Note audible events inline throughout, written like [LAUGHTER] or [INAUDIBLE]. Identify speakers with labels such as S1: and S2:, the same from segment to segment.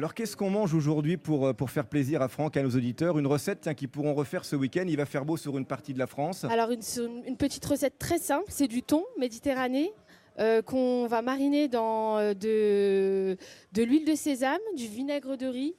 S1: Alors, qu'est-ce qu'on mange aujourd'hui pour, euh, pour faire plaisir à Franck, à nos auditeurs Une recette tiens, qu'ils pourront refaire ce week-end. Il va faire beau sur une partie de la France.
S2: Alors une, sur- une petite recette très simple, c'est du thon méditerranéen euh, qu'on va mariner dans euh, de, de l'huile de sésame, du vinaigre de riz,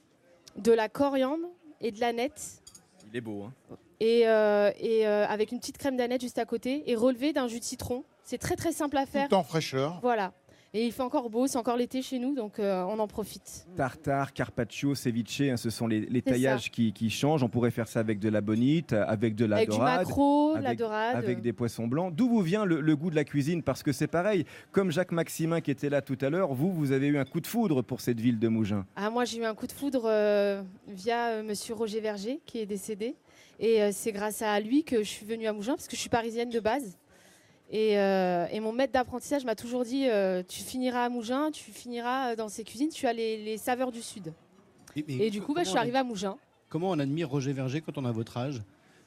S2: de la coriandre et de l'aneth.
S1: Il est beau. Hein
S2: Et, euh, et, euh, avec une petite crème d'aneth juste à côté et relevé d'un jus de citron. C'est très très simple à
S3: Tout
S2: faire.
S3: le temps en fraîcheur.
S2: Voilà. Et il fait encore beau, c'est encore l'été chez nous, donc euh, on en profite.
S1: Tartare, carpaccio, ceviche, hein, ce sont les, les
S2: ça.
S1: taillages qui, qui changent. On pourrait faire ça avec de la bonite, euh, avec de la
S2: avec du
S1: dorade.
S2: maquereau, de la
S1: avec-
S2: dorade.
S1: avec des poissons blancs. D'où vous vient le, le goût de la cuisine Parce que c'est pareil, comme Jacques Maximin qui était là tout à l'heure, vous, vous avez eu un coup de foudre pour cette ville de Mougins.
S2: Ah, moi, j'ai eu un coup de foudre euh, via euh, Monsieur Roger Verger, qui est décédé. Et euh, c'est grâce à lui que je suis venue à Mougins, parce que je suis parisienne de base. Et, euh, et mon maître d'apprentissage m'a toujours dit euh, Tu finiras à Mougins, tu finiras euh, dans ces cuisines, tu as les, les saveurs du Sud. Et, du coup, bah, je suis arrivée à Mougins.
S4: Comment on admire Roger Verger quand on a votre âge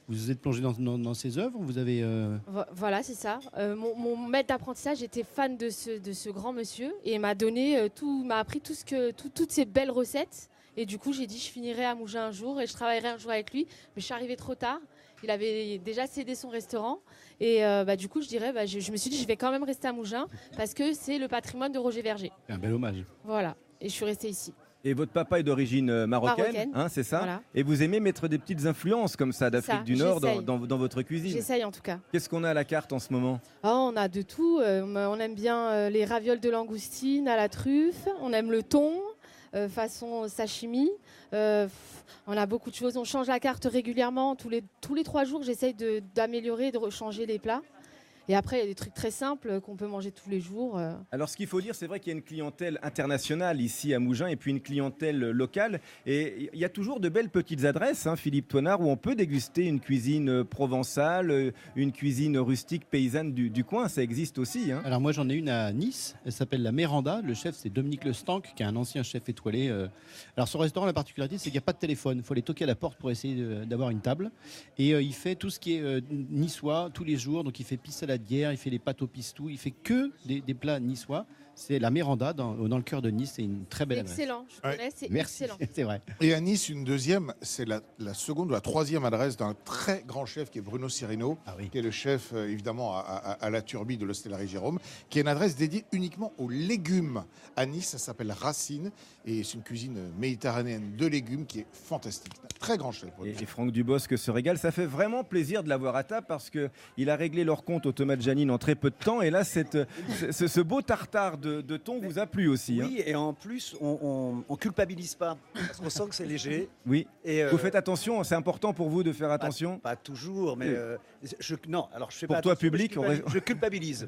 S4: Vous vous êtes plongé dans, dans- dans ses œuvres Vous avez. euh,
S2: Vo- Voilà, c'est ça. Euh, mon, mon maître d'apprentissage était fan de ce, de ce grand monsieur et m'a donné euh, tout, m'a appris tout ce que, tout- toutes ces belles recettes. Et du coup, j'ai dit, je finirai à Mougins un jour et je travaillerai un jour avec lui. Mais je suis arrivée trop tard. Il avait déjà cédé son restaurant. Et euh, bah, du coup, je dirais, bah, je, je me suis dit, je vais quand même rester à Mougins parce que c'est le patrimoine de Roger Verger.
S4: Un bel hommage.
S2: Voilà. Et je suis restée ici.
S1: Et votre papa est d'origine euh, marocaine,
S2: Marocaine.
S1: hein, c'est ça
S2: Voilà.
S1: Et vous aimez mettre des petites influences comme ça d'Afrique
S2: Ça,
S1: du Nord dans,
S2: j'essaye.
S1: dans- dans votre cuisine.
S2: J'essaye en tout cas.
S1: Qu'est-ce qu'on a à la carte en ce moment
S2: Ah, on a de tout. Euh, on aime bien euh, les ravioles de langoustine à la truffe. On aime le thon euh, façon sashimi. Euh, pff, on a beaucoup de choses. On change la carte régulièrement. Tous les, tous les trois jours, j'essaye de- d'améliorer, de, changer les plats. Et après, il y a des trucs très simples euh, qu'on peut manger tous les jours. euh.
S1: Alors, ce qu'il faut dire, c'est vrai qu'il y a une clientèle internationale ici à Mougins et puis une clientèle euh, locale. Et il y a toujours de belles petites adresses, hein, Philippe Toinard, où on peut déguster une cuisine euh, provençale, euh, une cuisine rustique paysanne du, du coin. Ça existe aussi. hein.
S4: Alors moi j'en ai une à Nice, elle s'appelle la Méranda, le chef c'est Dominique Lestanque qui est un ancien chef étoilé. euh. Alors son restaurant la particularité c'est qu'il n'y a pas de téléphone, il faut aller toquer à la porte pour essayer de- d'avoir une table. Et euh, il fait tout ce qui est euh, niçois tous les jours, donc il fait pissaladière, il fait les pâtes au pistou, il fait que des, des plats niçois. C'est la Méranda dans, dans le cœur de Nice, c'est une très belle adresse.
S2: Excellent. Je
S3: Ouais.
S2: connais, c'est
S4: Merci,
S2: excellent.
S4: [LAUGHS] c'est vrai.
S3: Et à Nice, une deuxième, c'est la, la seconde ou la troisième adresse d'un très grand chef qui est Bruno Cirino,
S4: Ah oui.
S3: qui est le chef euh, évidemment à, à- à la turbie de l'hostellerie Jérôme, qui est une adresse dédiée uniquement aux légumes. À Nice, ça s'appelle Racine et c'est une cuisine méditerranéenne de légumes qui est fantastique. C'est un Très grand chef.
S1: Et,
S3: Bruno.
S1: et Franck Dubosc se régale. Ça fait vraiment plaisir de l'avoir à table parce qu'il a réglé leur compte au Thomas Janine en très peu de temps. Et là, cette, ce, ce beau tartare de, de thon vous a plu aussi. hein.
S5: Oui, et en plus, on, on, on culpabilise pas. Parce qu'on sent que c'est léger.
S1: Oui.
S5: Et, euh,
S1: Vous faites attention, c'est important pour vous de faire attention.
S5: Pas toujours, mais
S1: Oui.
S5: euh, je, non. Alors je fais
S1: Pour
S5: pas
S1: toi,
S5: attention, mais
S1: public,
S5: je
S1: on
S5: culpabilise. Je culpabilise.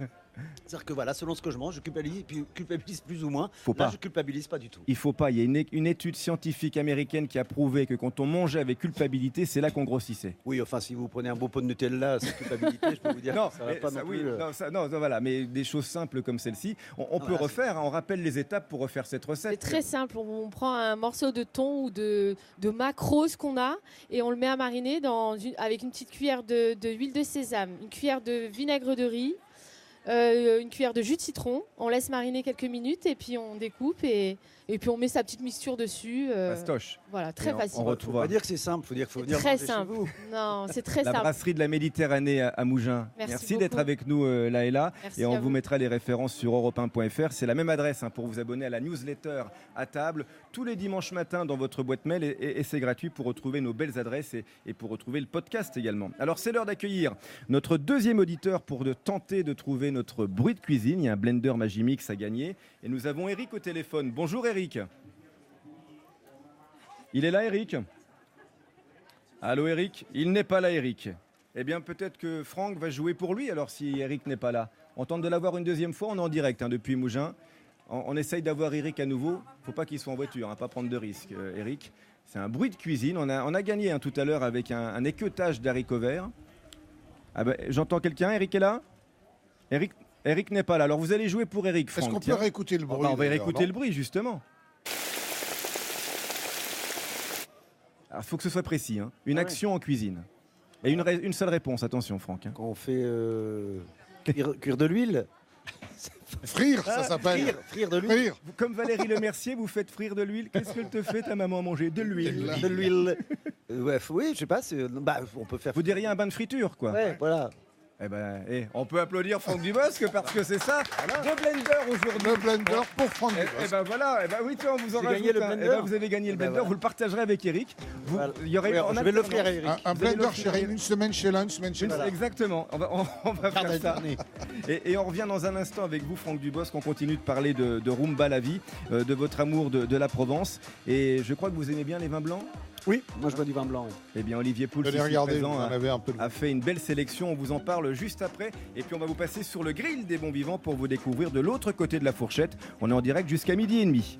S5: C'est-à-dire que voilà, selon ce que je mange, je culpabilise, puis culpabilise plus ou moins.
S1: Faut
S5: Là,
S1: pas.
S5: je culpabilise pas du tout.
S1: Il faut pas. Il y a une, é- une étude scientifique américaine qui a prouvé que quand on mangeait avec culpabilité, c'est là qu'on grossissait.
S5: Oui, enfin, si vous prenez un beau pot de Nutella, sans culpabilité, je peux vous dire que ça va
S1: mais
S5: pas
S1: ça,
S5: non
S1: oui,
S5: plus. euh,
S1: non, ça- non, non, voilà, mais des choses simples comme celle-ci, on, on
S5: Ah,
S1: peut
S5: voilà,
S1: refaire. hein, on rappelle les étapes pour refaire cette
S2: C'est
S1: recette.
S2: très simple. On, on prend un morceau de thon ou de, de maquereau, ce qu'on a, et on le met à mariner dans une- avec une petite cuillère de, de huile de sésame, une cuillère de vinaigre de riz, euh, une cuillère de jus de citron. On laisse mariner quelques minutes et puis on découpe et, et puis on met sa petite mixture dessus. euh,
S1: Pastoche.
S2: voilà, très
S1: Et on-
S2: facile.
S1: on
S5: Faut
S1: retrouvera.
S5: pas dire que c'est simple, faut dire qu'il faut
S2: C'est
S5: venir
S2: très
S5: manger chez
S2: simple.
S5: vous.
S2: Non,
S1: [LAUGHS]
S2: c'est très
S1: la
S2: simple.
S1: brasserie de la Méditerranée à, à Mougins.
S2: Merci
S1: d'être
S2: beaucoup.
S1: avec nous euh, Laëla
S2: Merci
S1: et on
S2: à
S1: vous.
S2: vous.
S1: mettra les références sur europe 1.fr. C'est la même adresse hein, pour vous abonner à la newsletter à table tous les dimanches matins dans votre boîte mail et, et- et c'est gratuit pour retrouver nos belles adresses et, et pour retrouver le podcast également. Alors c'est l'heure d'accueillir notre deuxième auditeur pour de tenter de trouver notre bruit de cuisine. Il y a un blender Magimix à gagner et nous avons Eric au téléphone. Bonjour Eric. Il est là Eric Allô Eric Il n'est pas là Eric. Eh bien, peut-être que Franck va jouer pour lui, alors si Eric n'est pas là. On tente de l'avoir une deuxième fois, on est en direct hein, depuis Mougins. On, on essaye d'avoir Eric à nouveau. faut pas qu'il soit en voiture, hein, pas prendre de risques, euh, Eric. C'est un bruit de cuisine. On a, on a gagné hein, tout à l'heure avec un, un équeutage d'haricots verts. Ah ben, J'entends quelqu'un, Eric est là Eric, Eric n'est pas là. Alors vous allez jouer pour Eric, Franck.
S3: Est-ce qu'on peut
S1: tiens.
S3: réécouter le
S1: Ah
S3: bruit
S1: bah, on va
S3: d'ailleurs,
S1: écouter
S3: non
S1: le bruit, justement. Il Ah, faut que ce soit précis. hein. Une
S5: Ah ouais.
S1: action en cuisine. Et une, ré- une seule réponse, attention Franck. hein.
S5: Quand on fait euh, cuire, cuire de l'huile,
S3: Frire,
S1: Ah,
S3: ça s'appelle.
S5: Frire, frire de l'huile.
S3: Frire.
S1: Vous- Comme Valérie Le Mercier, vous faites frire de l'huile. Qu'est-ce que te fait ta maman manger De l'huile.
S5: De l'huile. Euh, ouais, f- oui, je sais pas. c'est- Bah, on peut faire.
S1: Vous diriez un bain de friture, quoi.
S5: Ouais, voilà.
S1: Eh ben, eh, on peut applaudir Franck Dubosc parce que c'est ça, le blender aujourd'hui.
S3: Le blender pour prendre
S1: Eh,
S3: du
S1: eh ben voilà, eh ben oui, tiens, on vous en
S5: J'ai
S1: rajoute
S5: gagné le
S1: un. Eh ben,
S5: blender.
S1: vous avez gagné le
S5: Eh ben
S1: blender,
S5: voilà.
S1: vous le partagerez avec Eric. Vous,
S5: Voilà.
S1: il y aurait,
S5: Ouais,
S1: en
S5: je vais l'offrir à
S1: alternance.
S5: Eric.
S3: Un, un
S1: eh, Vous allez
S3: blender
S1: leur
S3: chez Rennes, une semaine chez l'un, une semaine chez
S1: Une-
S3: l'autre.
S1: Exactement, on va, on, on va
S4: Garde
S1: faire ça.
S4: alternée.
S1: Et, et on revient dans un instant avec vous, Franck Dubosc. On continue de parler de, de Rumba la vie, euh, de votre amour de, de la Provence. Et je crois que vous aimez bien les vins blancs.
S5: Oui. Moi, je bois du vin blanc. oui.
S1: Eh bien, Olivier Poulpe,
S3: Allez
S1: ici
S3: regarder,
S1: présent, hein.
S3: on
S1: a-
S3: avait un peu de
S1: a fait une belle sélection. On vous en parle juste après. Et puis, on va vous passer sur le grill des bons vivants pour vous découvrir de l'autre côté de la fourchette. On est en direct jusqu'à midi et demi.